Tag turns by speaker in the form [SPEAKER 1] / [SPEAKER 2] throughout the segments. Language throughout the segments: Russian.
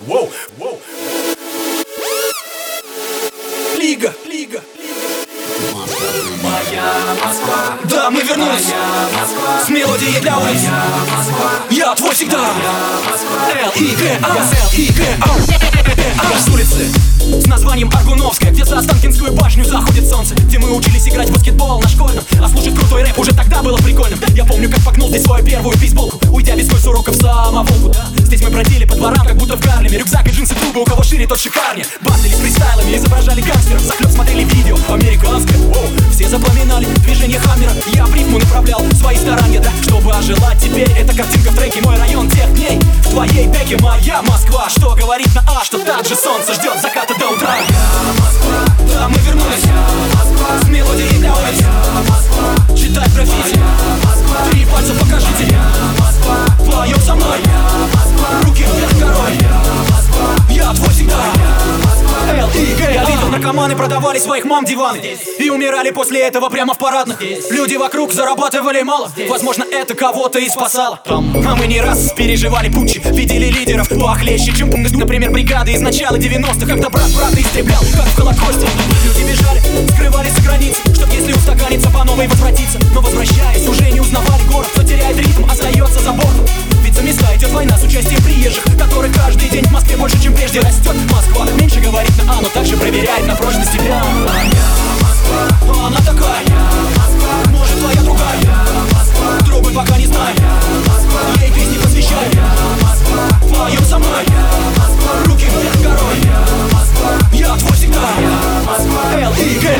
[SPEAKER 1] Воу, воу. Лига, лига. Моя Москва. Да, мы вернулись. С мелодией для улиц. Я твой всегда. Л и Г А. Л и Г А. С улицы. С названием Аргуновская, где за Останкинскую башню заходит солнце Где мы учились играть в баскетбол на школьном А слушать крутой рэп уже тогда было прикольным Я помню, как погнул здесь свою первую бейсболку Уйдя весной с уроков в самоволку, да? Здесь мы бродили по дворам, как будто в Гарлеме Рюкзак и джинсы трубы, у кого шире, тот шикарнее Батлились фристайлами, изображали гангстеров Захлеб смотрели видео, американское, воу Все запоминали движение хаммера Я в рифму направлял свои старания, да? Чтобы ожила теперь эта картинка в треке Мой район тех дней, в твоей беке моя Москва Что говорит на А, что так же солнце ждет заката до утра Я Москва, да, мы вернулись Москва, с мелодией для улиц Москва, читай граффити Москва, три пальца покажите Я Москва, вдвоем со мной Руки вверх горой Я твой всегда Л и Г Я видел, наркоманы продавали своих мам диваны И умирали после этого прямо в парадных Люди вокруг зарабатывали мало Возможно, это кого-то и спасало А мы не раз переживали пучи Видели лидеров похлеще, чем Например, бригады из начала 90-х Когда брат брата истреблял, как в Холокосте Люди бежали, скрывались за границ Чтоб если устаканиться, по новой возвратиться Но возвращаясь, уже не узнавали город Кто теряет ритм, остается за бортом Ведь за места идет война с участием приезжих Которых каждый день в Москве больше, чем прежде Растет Москва, меньше говорит на А Но также проверяет на прочность тебя Она такая Может твоя другая Другой пока не знаю Ей песни посвящаю Вдвоем со мной Руки вверх горой Я твой всегда Л и Г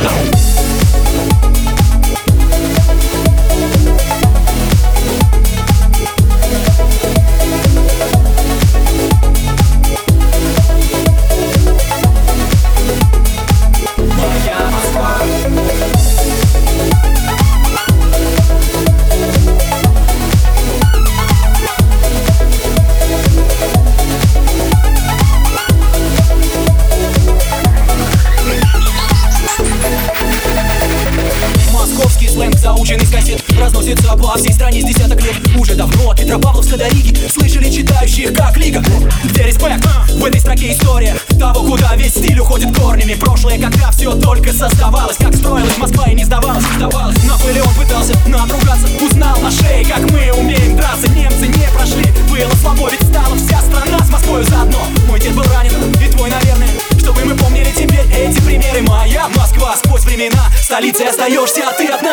[SPEAKER 1] Московский сленг, заученный с кассет Разносится по всей стране с десяток лет Уже давно от Петропавловска до Риги Слышали читающих, как лига Где респект? В этой строке история Того, куда весь стиль уходит корнями Прошлое, когда все только создавалось Как строилась Москва и не сдавалась, сдавалась Наполеон пытался надругаться Узнал на шее, как мы умеем драться Немцы не прошли, было слабо Ведь стала вся страна с Москвою заодно Мой дед был ранен, и твой, наверное Чтобы мы помнили теперь эти примеры Моя Москва сквозь времена В столице остаешься, а ты от